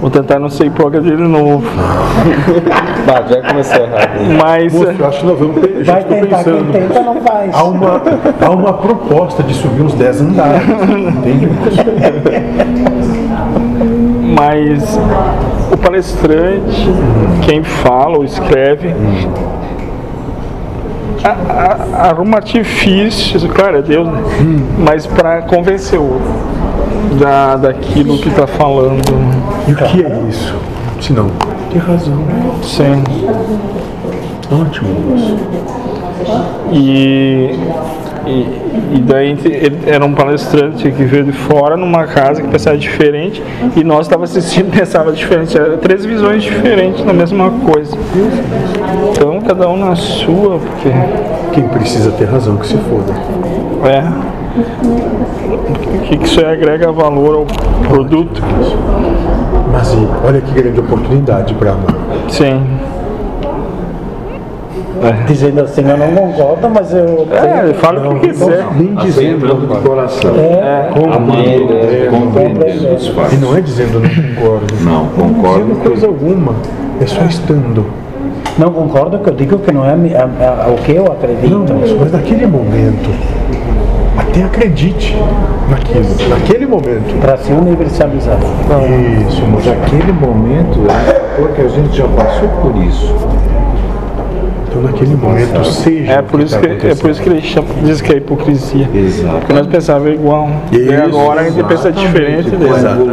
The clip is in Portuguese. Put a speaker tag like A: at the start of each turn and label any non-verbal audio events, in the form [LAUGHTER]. A: Vou tentar não ser hipócrita de novo.
B: Bah, já começou errado.
A: Mas.
C: Moço, eu acho que nós vamos ter.
D: Vai
C: gente, tô
D: tentar, quem
C: pensando.
D: tenta não faz.
C: Há uma, há uma proposta de subir uns 10 andares. Entende?
A: mas o palestrante, quem fala ou escreve, a- a- arruma artifícios, claro, é Deus, né? mas para convencer o outro da, daquilo que está falando. né?
C: E o que é isso? Se não, tem razão.
A: Sim.
C: Ótimo, moço.
A: E, e, e daí te- ele era um palestrante que veio de fora numa casa que pensava diferente e nós estava assistindo [LAUGHS] e pensava diferente. Era três visões diferentes da mesma coisa. Então cada um na sua, porque
C: Quem precisa ter razão que se foda.
A: é o que que isso aí agrega valor ao produto.
C: Mas e olha que grande oportunidade para amar.
A: Sim.
D: Dizendo assim, eu não concordo, mas eu.
A: É, fala
B: Então,
A: o que quiser.
C: Nem dizendo de coração.
D: É.
C: Compreendo.
B: Amanda, compreendendo os
C: E
B: fatos.
C: não é dizendo não
B: [LAUGHS]
C: concordo.
B: Não, concordo
C: Dizendo coisa alguma. É só estando.
D: Não concordo que eu digo que não é, mi- a- a- o que eu acredito.
C: Não, moço, mas naquele momento. Até acredite naquilo. Naquele momento.
D: Para se universalizar.
C: Isso,
B: Mas
C: moço.
B: aquele momento é porque a gente já passou por isso.
C: Então naquele momento seja.
A: É
C: o
A: por isso
C: tá
A: que, é por isso que ele chama- diz que é hipocrisia.
B: Exato.
A: Porque nós pensávamos igual. E
C: Isso,
A: agora a gente pensa
C: exatamente.
A: diferente
B: Com a
A: dele.
C: Exatamente.